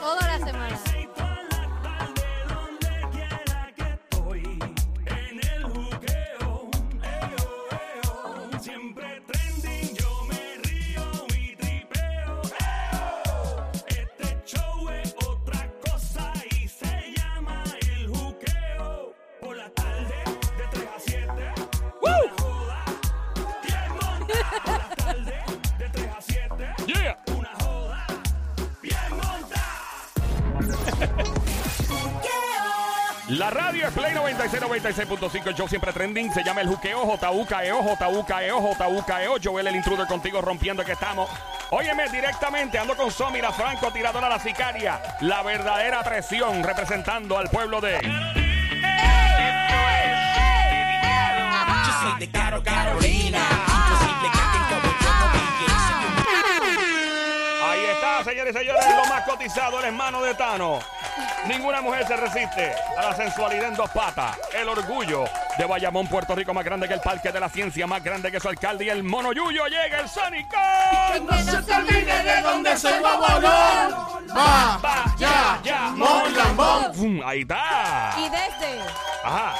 Toda la semana. Yeah. La radio es Play 96, 96.5, el show siempre trending, se llama El Juqueo, J.U.K.E.O, J.U.K.E.O, J.U.K.E.O, Joel E el Intruder contigo rompiendo que estamos. Óyeme, directamente ando con Somi, la franco tiradora, la sicaria, la verdadera presión representando al pueblo de... Yo soy de Caro Carolina. Yo soy de Caquen Cabochón, Miguel. Soy un Ahí está, señores y señores, lo más cotizado, el hermano de Tano. Ninguna mujer se resiste a la sensualidad en dos patas. El orgullo de Bayamón, Puerto Rico, más grande que el Parque de la Ciencia, más grande que su alcalde y el mono Yuyo. Llega el Sónico. Que no se olvide de dónde soy guabolón. Va, ya, ya, mon, lambón. Fum, Ahí está. Y desde Ajá.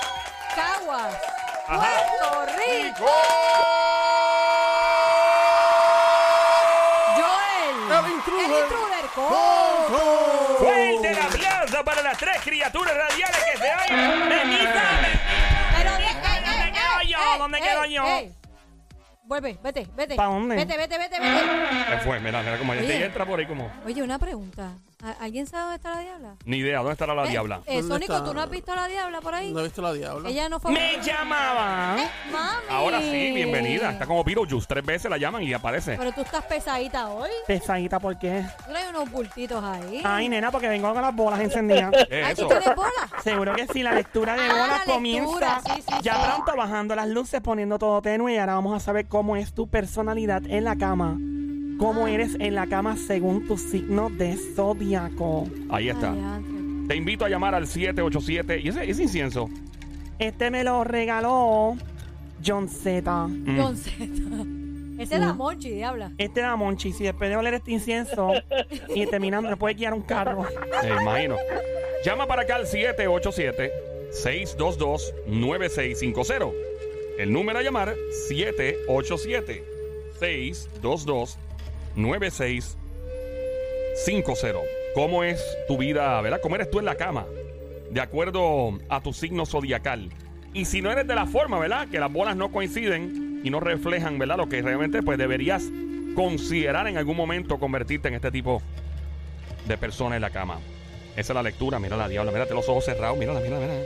Caguas, Ajá. Puerto Rico, Joel. El intruder. con- Fuerte el aplauso para las tres criaturas radiales que se oyen. Benita, Pero eh, de- ey, ¿dónde ey, quedo ey, yo? ey, ¿Dónde ey, quedo yo? ey. eh. Vuelve, vete, vete. ¿Pa dónde? Vete, vete, vete, vete. Se fue, mira, mira como Oye. ella entra por ahí como... Oye, una pregunta. ¿A- ¿Alguien sabe dónde está la diabla? Ni idea, ¿dónde estará la Eh, diabla? Eh, ¿Dónde Sónico, está? ¿tú no has visto a la diabla por ahí? No he visto la diabla. Ella no fue. llamaban. Eh, mami. Ahora sí, bienvenida. Está como Beetlejuice. Tres veces la llaman y aparece. Pero tú estás pesadita hoy. Pesadita, ¿por qué? Tú hay unos bultitos ahí. Ay, nena, porque vengo con las bolas encendidas. ¿Qué Ay, es ¿tú Ah, eso? tienes bola? Seguro que sí, la lectura de Ah, la bolas lectura, comienza. sí, sí, ya sí. pronto bajando las luces, poniendo todo tenue. Y ahora vamos a saber cómo es tu personalidad en la cama. Ah. Cómo eres en la cama según tu signo de zodiaco. Ahí está. Ay, Andrew. Te invito a llamar al 787. ¿Y ese, ese incienso? Este me lo regaló John Z. Mm. Don Zeta. Esa es la monchi, diabla. Este era Monchi. Si después de oler este incienso y terminando, me puede guiar un carro. Me imagino. Llama para acá al 787-622-9650. El número a llamar, 787-622-9650. ¿Cómo es tu vida, verdad? ¿Cómo eres tú en la cama? De acuerdo a tu signo zodiacal. Y si no eres de la forma, ¿verdad? Que las bolas no coinciden y no reflejan, ¿verdad? Lo que realmente pues deberías considerar en algún momento convertirte en este tipo de persona en la cama. Esa es la lectura. Mira la diabla. Mírate los ojos cerrados. Mírala, mira, mira.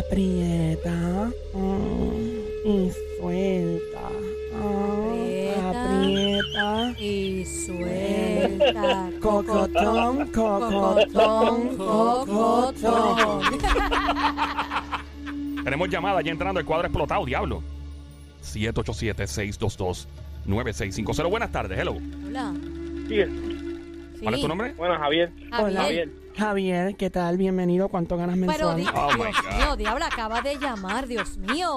Aprieta mm, y suelta. Ah, aprieta. Y suelta. Cocotón, cocotón, cocotón. Tenemos llamada ya entrando el cuadro explotado, diablo. 787-622-9650. Buenas tardes, hello. Hola. Sí, Sí. ¿Cuál es tu nombre? bueno, Javier. Javier. Javier. Javier, ¿qué tal? Bienvenido. ¿Cuánto ganas Pero di- mensual? Oh, my Dios God. mío, diabla, acaba de llamar, Dios mío.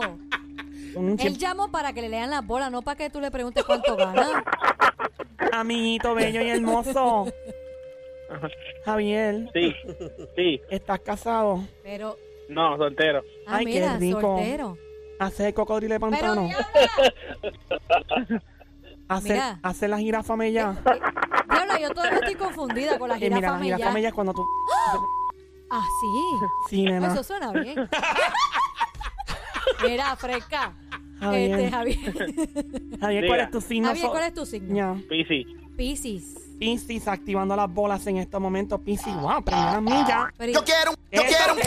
Un Él chip- llamó para que le lean las bolas, no para que tú le preguntes cuánto gana. Amiguito bello y hermoso. Javier, Sí, sí. ¿estás casado? Pero, No, soltero. ah, Ay, qué mira, rico. soltero. ¿Haces el cocodrilo de Pero, pantano? diabla, eh, ¿Haces Mira. hace la jirafa mella? Eh, Diabla, yo todavía estoy confundida con la Eh, mira, jirafa la jirafa mellá. mella es cuando tú... Ah, sí. Sí, nena. Eso suena bien. Mira, fresca. Javier. Este, Javier. Javier, ¿cuál Diga. es tu signo? Javier, so- ¿cuál es tu signo? Ya. Pisi. Piscis. Piscis activando las bolas en estos momentos. Piscis, wow, Ah, primera milla. Pero, Yo quiero un, yo Eso, quiero un,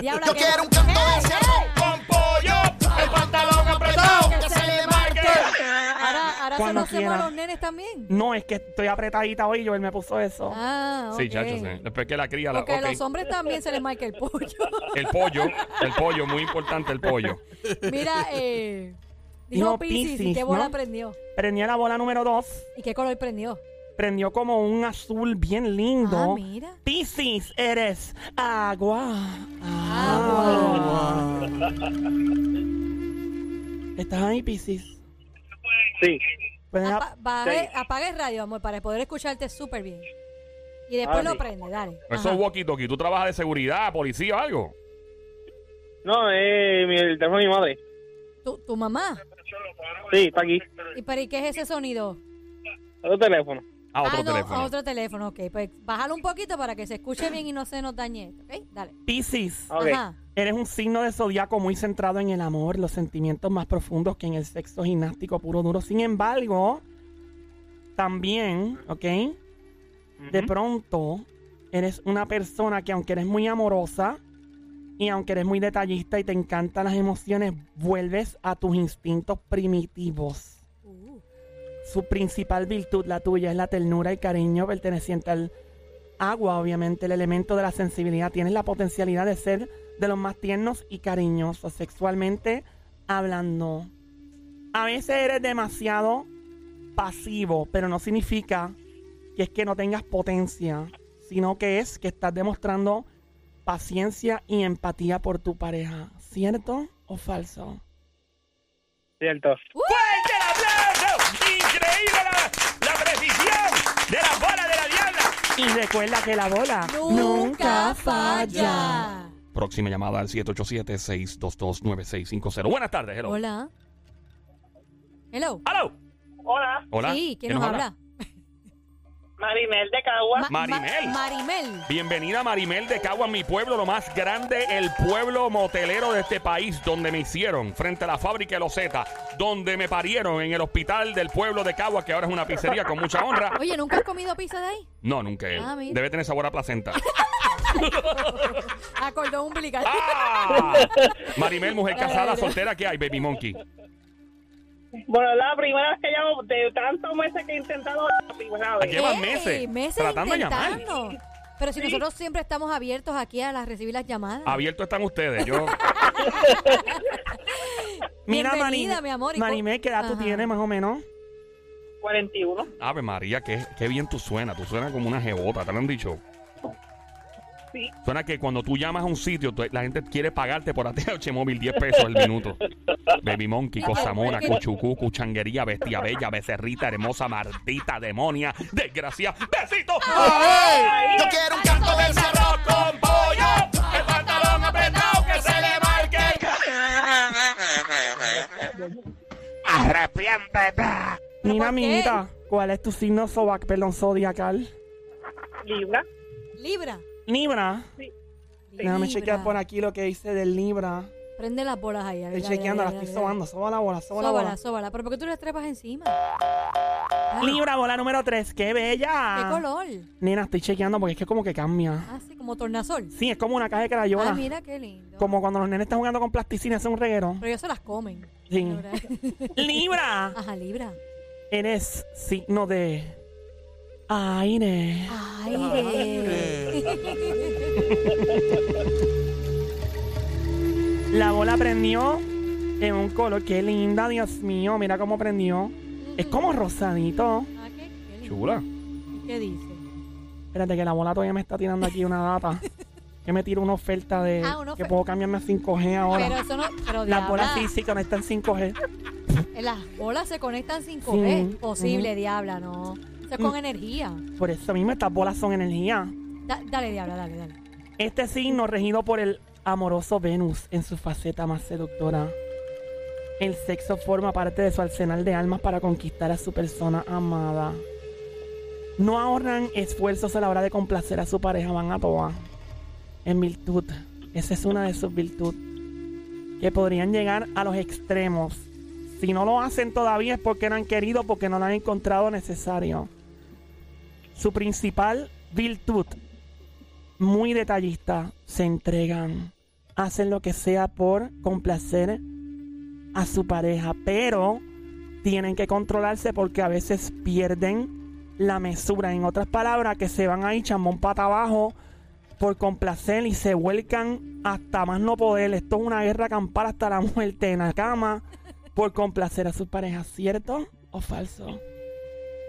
diabla, yo que- quiero un canto de cerdo. Con pollo, el pantalón apretado, que se le marque. Ahora, ahora se lo Cuando hacemos a quiera. los nenes también. No, es que estoy apretadita hoy, yo él me puso eso. Ah, ok. Sí, chachos. eh. Después que la cría, la, Porque a ok. los hombres también se les marca el pollo. el pollo, el pollo, muy importante el pollo. Mira, eh, dijo Dijo Piscis, ¿y Piscis, qué bola ¿no? prendió? Prendí la bola número 2, ¿Y qué color prendió? prendió como un azul bien lindo. Ah, mira. Piscis, eres agua. Ah. ¿Estás ahí, Piscis? sí. Pues, Apa- Sí. baje- apaga el radio, amor, para poder escucharte súper bien. Y después Ah, lo sí. prende, dale. Eso Ajá. es walkie-talkie. ¿Tú trabajas de seguridad, policía o algo? No, es mi- el teléfono de mi madre. ¿Tu, tu mamá? Sí, está aquí. ¿Y para y qué es ese sonido? Otro teléfono. A otro ah, no, teléfono. a otro teléfono, ok. Pues bájalo un poquito para que se escuche bien y no se nos dañe. Ok, dale. Piscis, Ok. Ajá. eres un signo de zodiaco muy centrado en el amor, los sentimientos más profundos que en el sexo gimnástico puro duro. Sin embargo, también, ¿ok? De pronto, eres una persona que aunque eres muy amorosa y aunque eres muy detallista y te encantan las emociones, vuelves a tus instintos primitivos. Uh, Su principal virtud, la tuya, es la ternura y cariño perteneciente al agua, obviamente, el elemento de la sensibilidad. Tienes la potencialidad de ser de los más tiernos y cariñosos, sexualmente hablando. A veces eres demasiado pasivo, pero no significa que es que no tengas potencia, sino que es que estás demostrando paciencia y empatía por tu pareja. ¿Cierto o falso? Cierto. ¡Fuerte el aplauso! ¡Increíble la, la precisión de la bola de la diabla! Y recuerda que la bola Nunca falla. Próxima llamada al 787-622-9650. Buenas tardes, hello. Hola. Hello. Hello. Hola, Hola. Sí, ¿quién nos habla? Marinel de Cagua. Ma- ma- Marimel. Marimel. Bienvenida Marimel de Cagua, mi pueblo, lo más grande, el pueblo motelero de este país, donde me hicieron, frente a la fábrica de los Z, donde me parieron en el hospital del pueblo de Cagua, que ahora es una pizzería con mucha honra. Oye, ¿nunca has comido pizza de ahí? No, nunca. he ido. Ah, mira. Debe tener sabor a placenta. Acordó umbilical. ¡Ah! Marimel, mujer casada, soltera, ¿qué hay, baby monkey? Bueno, la primera vez que llamo, de tantos meses que he intentado, la primera vez. Aquí llevan Ey, meses tratando de llamar. intentando. Pero si nosotros siempre estamos abiertos aquí a las, recibir las llamadas. Abierto están ustedes. Yo, Bienvenida, Marimel- mi amor, ¿y cómo- Marimel, ¿qué edad tú Ajá. tienes más o menos? 41. Ave María, qué, qué bien tú suenas. Tú suenas como una jebota, ¿te lo han dicho? Sí. Suena que cuando tú llamas a un sitio, tú- la gente quiere pagarte por ATH móvil 10 pesos al minuto. Baby Monkey, Cosamona, Cuchucú, Cuchanguería, Bestia Bella, Becerrita, Hermosa, Martita, Demonia, Desgracia, Besito. Yo quiero un canto de arroz con pollo, el pantalón apretado que se le marque. Mira, por qué? amiguita, ¿cuál es tu signo sobac, perdón, zodiacal? Libra. Libra. Libra. Déjame chequear por aquí lo que dice del Libra. Prende las bolas ahí. Estoy chequeando, la estoy sobando. Soba la bola, soba la Sóbala, bola. sóbala. ¿Pero por qué tú le trepas encima? Ah, Libra, bola número 3. ¡Qué bella! ¿Qué color? Nena, estoy chequeando porque es que como que cambia. Ah, sí, como tornasol. Sí, es como una caja de Ah, crayola. mira qué lindo. Como cuando los nenes están jugando con plasticina, es un reguero. Pero ellos se las comen. Sí. ¿verdad? Libra, Ajá, Libra. eres signo de aire. Ay. eh. La bola prendió en un color. ¡Qué linda, Dios mío! Mira cómo prendió. Es como rosadito. Ah, qué, qué lindo. Chula. ¿Y ¿Qué dice? Espérate, que la bola todavía me está tirando aquí una data. que me tira una oferta de Ah, una que ofer- puedo cambiarme a 5G ahora. Pero eso no. Pero Las bolas diabla, físicas no están 5G. Las bolas se conectan sin coger. Sí. Mm. Posible, diabla, no. Eso es con energía. Por eso mismo estas bolas son energía. Da- dale, diabla, dale, dale. Este signo regido por el amoroso Venus en su faceta más seductora. El sexo forma parte de su arsenal de almas para conquistar a su persona amada. No ahorran esfuerzos a la hora de complacer a su pareja, van a toa. En virtud, esa es una de sus virtudes. Que podrían llegar a los extremos. Si no lo hacen todavía es porque no han querido, porque no lo han encontrado necesario. Su principal virtud muy detallista, se entregan, hacen lo que sea por complacer a su pareja, pero tienen que controlarse porque a veces pierden la mesura. En otras palabras, que se van ahí chambón pata abajo por complacer y se vuelcan hasta más no poder. Esto es una guerra campal hasta la muerte en la cama por complacer a sus parejas, ¿cierto o falso?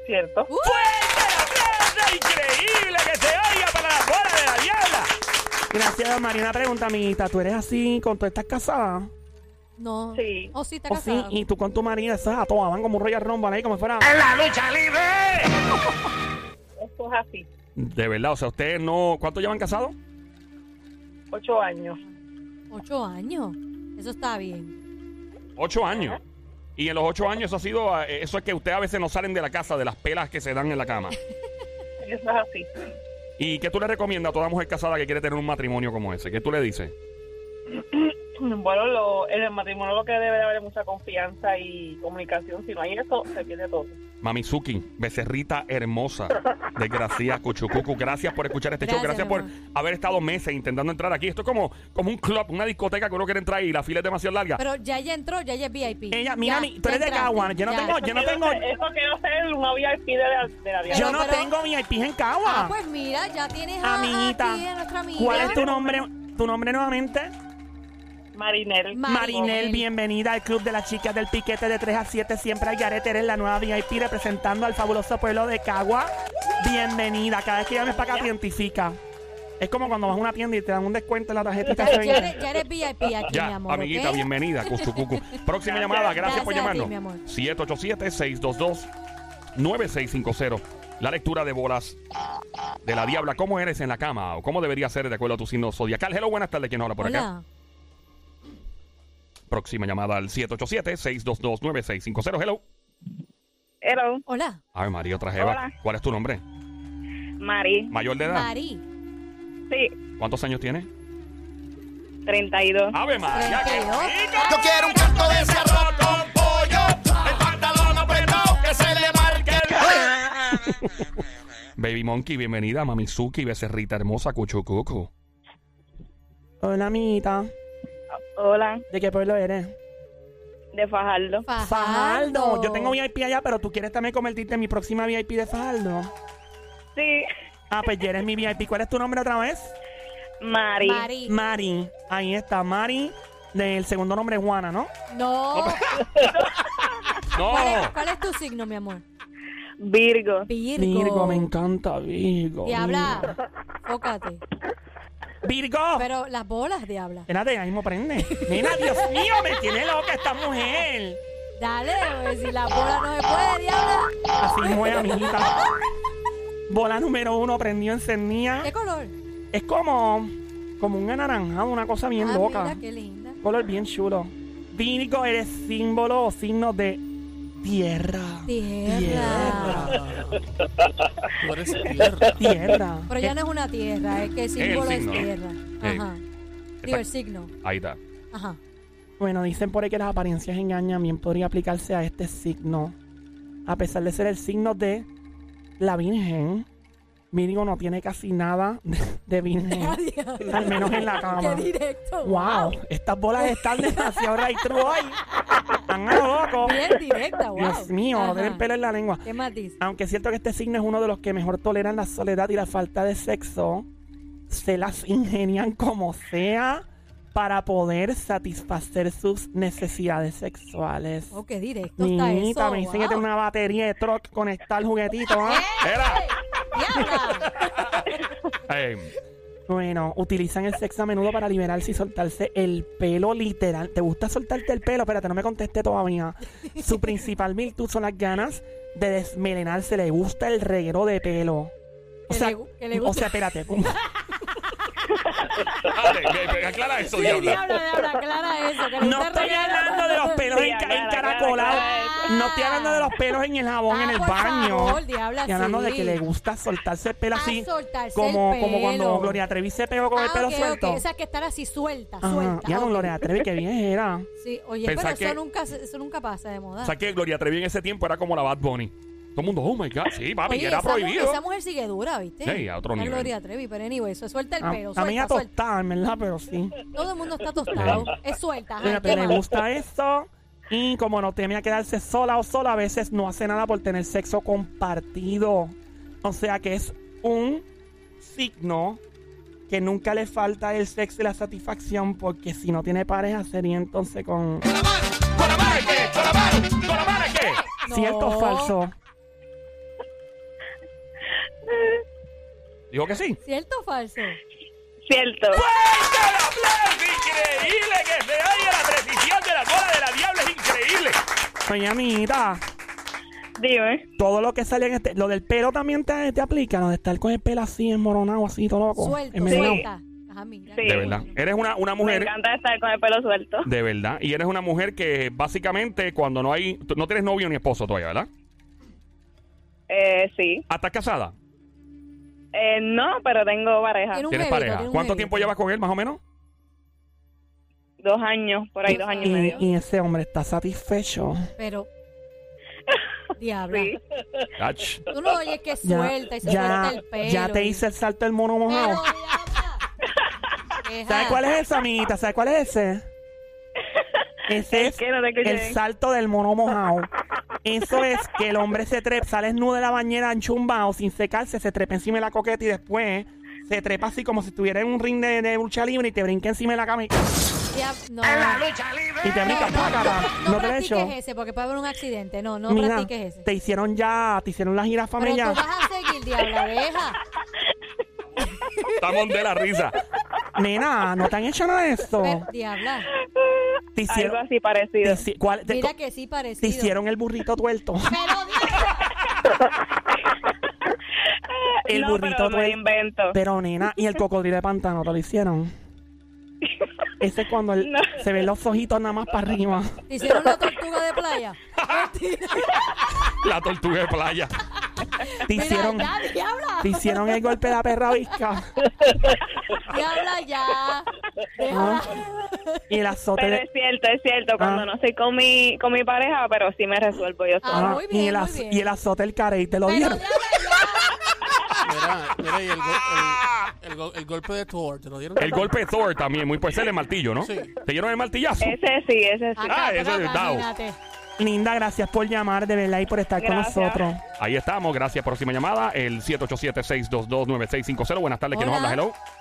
Cierto. ¡Fuerte increíble que se oiga para la bola de la diabla. Gracias, Marina. Pregunta, amiguita, ¿tú eres así con tú estás casada? No. Sí. O sí, está ¿O Oh, sí? casada. Y tú con tu marido estás a todas, van como un Royal Rumble ahí, como fuera. ¡En la lucha libre! Esto es así. De verdad, o sea, ustedes no. ¿Cuánto llevan casados? Ocho años. Ocho años. Eso está bien. Ocho años. Y en los ocho años eso ha sido. eh, Eso es que ustedes a veces no salen de la casa, de las pelas que se dan en la cama. Eso es así. ¿Y qué tú le recomiendas a toda mujer casada que quiere tener un matrimonio como ese? ¿Qué tú le dices? Bueno, lo- en el matrimonio lo que debe de haber es mucha confianza y comunicación. Si no hay eso, se pierde todo. Mamizuki, becerrita hermosa, desgracia Cuchucucu, gracias por escuchar este show, Gracias, gracias por haber estado meses intentando entrar aquí. Esto es como, como un club, una discoteca que uno quiere entrar y la fila es demasiado larga. Pero ya ella entró, ya ella es VIP. Ella, mira, Ya, mi- tú ya eres de entraste, Caguas. Yo no ya. tengo, yo no tengo, Eso quiero ser una VIP de la, de la diabla. yo no Pero- tengo VIP en Ah, Caguas. pues mira, ya tienes a, Amiguita, aquí a nuestra amiga. ¿cuál es tu nombre? ¿Tu nombre nuevamente? Marinel. Ma- Marinel, bienvenida al Club de las Chicas del Piquete de 3 a 7, siempre al garete, eres la nueva VIP representando al fabuloso pueblo de Cagua. Bienvenida, cada vez que llames para acá te identifica. Es como cuando vas a una tienda y te dan un descuento en la tarjetita. Ya, que ya vende. eres, ya eres VIP aquí, Ya, mi amor. ¿ok? amiguita, bienvenida, Cuchucucu. Próxima llamada, gracias, por Gracias a ti, llamarnos. mi amor. 787-622-9650. La lectura de bolas de la diabla. ¿Cómo eres en la cama? ¿O cómo debería ser de acuerdo a tu signo zodiacal? Hello, buenas tardes. ¿Quién habla por acá? Hola. Próxima llamada al 787-622-9650. Hello. Hello, Hola. Ay, María, otra jeva. Hola. ¿Cuál es tu nombre? Mari. Mayor de edad. Mari. Sí, ¿Cuántos años tienes? Ah. 32. Ave María, qué 32. rica. Yo quiero un canto de ese arroz con pollo. El pantalón apretado que se le marque el. Baby Monkey, bienvenida. Mamizuki, becerrita hermosa, cuchucucu. Hola, amiguita. Hola, ¿De qué pueblo eres? de Fajardo. Fajardo. Yo tengo VIP allá, pero tú quieres también convertirte en mi próxima VIP de Fajardo. Sí, Ah, pues ya eres mi VIP. ¿Cuál es tu nombre otra vez? Mari. Mari. Mari. Ahí está, Mari. Del segundo nombre es Juana, ¿no? pues, No. ¡No! ¿Cuál es, cuál es tu signo, mi amor? Virgo. Virgo. Virgo, me encanta Virgo. Virgo. Diabla. Fócate. Virgo. Pero las bolas, diabla. Espérate, ahí mismo prende. Mira, Dios mío, me tiene loca esta mujer. Dale, pues, si las bolas no se puede, diabla. Así mismo es, amiguita. Bola número uno prendió, encendía. ¿Qué color? Es como, como un anaranjado, una cosa bien ah, loca. mira, qué linda. Color bien chulo. Virgo, eres símbolo o signo de tierra. Tierra. Tú eres tierra. Tierra. Pero ya no es una tierra, es que el símbolo es signo, ¿no? tierra. Ey. Ajá. Digo, el signo. Ahí está. Ajá. Bueno, dicen por ahí que las apariencias engañan, bien podría aplicarse a este signo. A pesar de ser el signo de la Virgen, Virgo no tiene casi nada de, de Virgen. Al menos en la cama. Qué directo. ¡Wow! Estas bolas están demasiado right through hoy. ¡Han loco! Bien directa, wow. Dios mío, no Ajá. tienen pelo en la lengua. ¿Qué más dice? Aunque es cierto que este signo es uno de los que mejor toleran la soledad y la falta de sexo, se las ingenian como sea para poder satisfacer sus necesidades sexuales. Oh, qué directo está Niñita, eso. me dicen que wow. tengo una batería de truck conectar juguetito. ¿ah? ¡Era! ¡Diabla! Ey, Bueno, utilizan el sexo a menudo para liberarse y soltarse el pelo literal. ¿Te gusta soltarte el pelo? Espérate, no me contesté todavía. Su principal virtud son las ganas de desmelenarse. Le gusta el reguero de pelo. O Que sea, le gu- que le o gusta. sea, espérate. dale, ve, ve, aclara eso, Sí, diabla. diabla, diabla, aclara eso. Que le No gusta estoy regalar. hablando de los pelos Sí, en aclara, encaracolados. aclara eso. No estoy hablando de los pelos en el jabón, Ah, en el por baño. favor, diabla, Estoy hablando de sí. que le gusta soltarse el pelo Ah, así. soltarse Como, el como cuando pelo. Gloria Trevi se pegó con Ah, el pelo ok, ok, suelto. O sea, que estar así suelta, Ajá, suelta. Ya no, ok. Gloria Trevi, qué bien era. Sí, oye, Pensá pero que- eso, nunca, se- eso nunca pasa de moda. O sea que Gloria Trevi en ese tiempo era como la Bad Bunny. Todo el mundo, oh my God, sí, papi, Oye, era esa, mu- prohibido. esa mujer sigue dura, ¿viste? Ey, a otro La nivel. Gloria Trevi, pero anyway, eso suelta el Ah, A, pelo, a mí suelta, a suelta. tostada, en verdad, pero sí. Todo el mundo está tostado. Es suelta, ajá, Mira, ¿qué pero le más? gusta eso. Y como no teme a quedarse sola o sola, a veces no hace nada por tener sexo compartido. O sea que es un signo que nunca le falta el sexo y la satisfacción, porque si no tiene pareja sería entonces con ¡Con la mano qué! ¡Con la mano! ¡Con la mano qué! No. cierto o falso. Dijo que sí. ¿Cierto o falso? Cierto. ¡Fuerte el aplauso! ¡Increíble que se haya la precisión de la bola de la diabla! ¡Es increíble! Doña Anita, Dime. todo lo que sale en este. Lo del pelo también te, te aplica, lo de estar con el pelo así, enmoronado, así, todo loco. Suelto, enmeleonado. suelta. Ajá, mira. Sí. De verdad. Eres una, una Me mujer. encanta estar con el pelo suelto. De verdad. Y eres una mujer que básicamente cuando no hay. tú No tienes novio ni esposo todavía, ¿verdad? Eh, sí. Ah, ¿Estás casada? Eh, no, pero tengo pareja. Tiene un ¿Tienes bebito, pareja? tiene un ¿Cuánto bebito. tiempo llevas con él, más o menos? Dos años, por ahí, dos años y Y, medio. y ese hombre está satisfecho. Pero. Diabla. Sí. Ach. Tú no oyes que suelta y se suelta el pelo. ya te hice el salto del mono Pero, mojado. diabla. ¿Sabes cuál es ese, amiguita? ¿Sabes cuál es ese? Ese es ¿Qué? No te escuché el bien. salto del mono mojado. Eso es que el hombre se trepa, sale desnudo de la bañera enchumbado, sin secarse, se trepa encima de la coqueta y después se trepa así como si estuviera en un ring de, de lucha libre y te brinca encima de la cama y, Diab- No. y te brinca. No, no, paca, paca. no, ¿No te lo he practiques hecho? ese porque puede haber un accidente. No, no Mira, practiques ese. te hicieron ya, te hicieron la jirafa Pero ya. tú vas a seguir, diabla, deja. Estamos de la risa. Nena, no te han hecho nada de esto. Pero, diabla, Te Algo hicieron, así te parecido. hici- cuál- te- mira que sí parecido. te hicieron el burrito tuerto. Pero, diabla, el Eh, no, burrito pero me tuer- lo invento. Pero nena, ¿y el cocodrilo de pantano te lo hicieron? Ese es cuando el- No. se ven los ojitos nada más para arriba. te hicieron una tortuga de playa. Mentira. La tortuga de playa. Te hicieron, Mira, ya, diabla. te hicieron el golpe de la perra visca Diabla, Ah, ya. ¿no? Deja. y el azote Pero de, es cierto, es cierto. Cuando Ah. no estoy con mi, con mi pareja, pero sí me resuelvo yo sola. ah, muy bien, y, el muy az- bien. y el azote del carey te lo Pero, dieron. diabla, ya. Mira, mira, y el, go- el, el go- el golpe de Thor, ¿te lo dieron? El golpe de Thor también, muy pues el martillo, ¿no? Sí. ¿Te dieron el martillazo? Ese sí, ese sí. Acá, Ah, eso es acá, dao. imagínate. Linda, gracias por llamar, de verdad, y por estar Gracias. con nosotros. Ahí estamos, gracias. Próxima llamada, el 787-622-9650. Buenas tardes, ¿quién nos Hola. habla? Hello.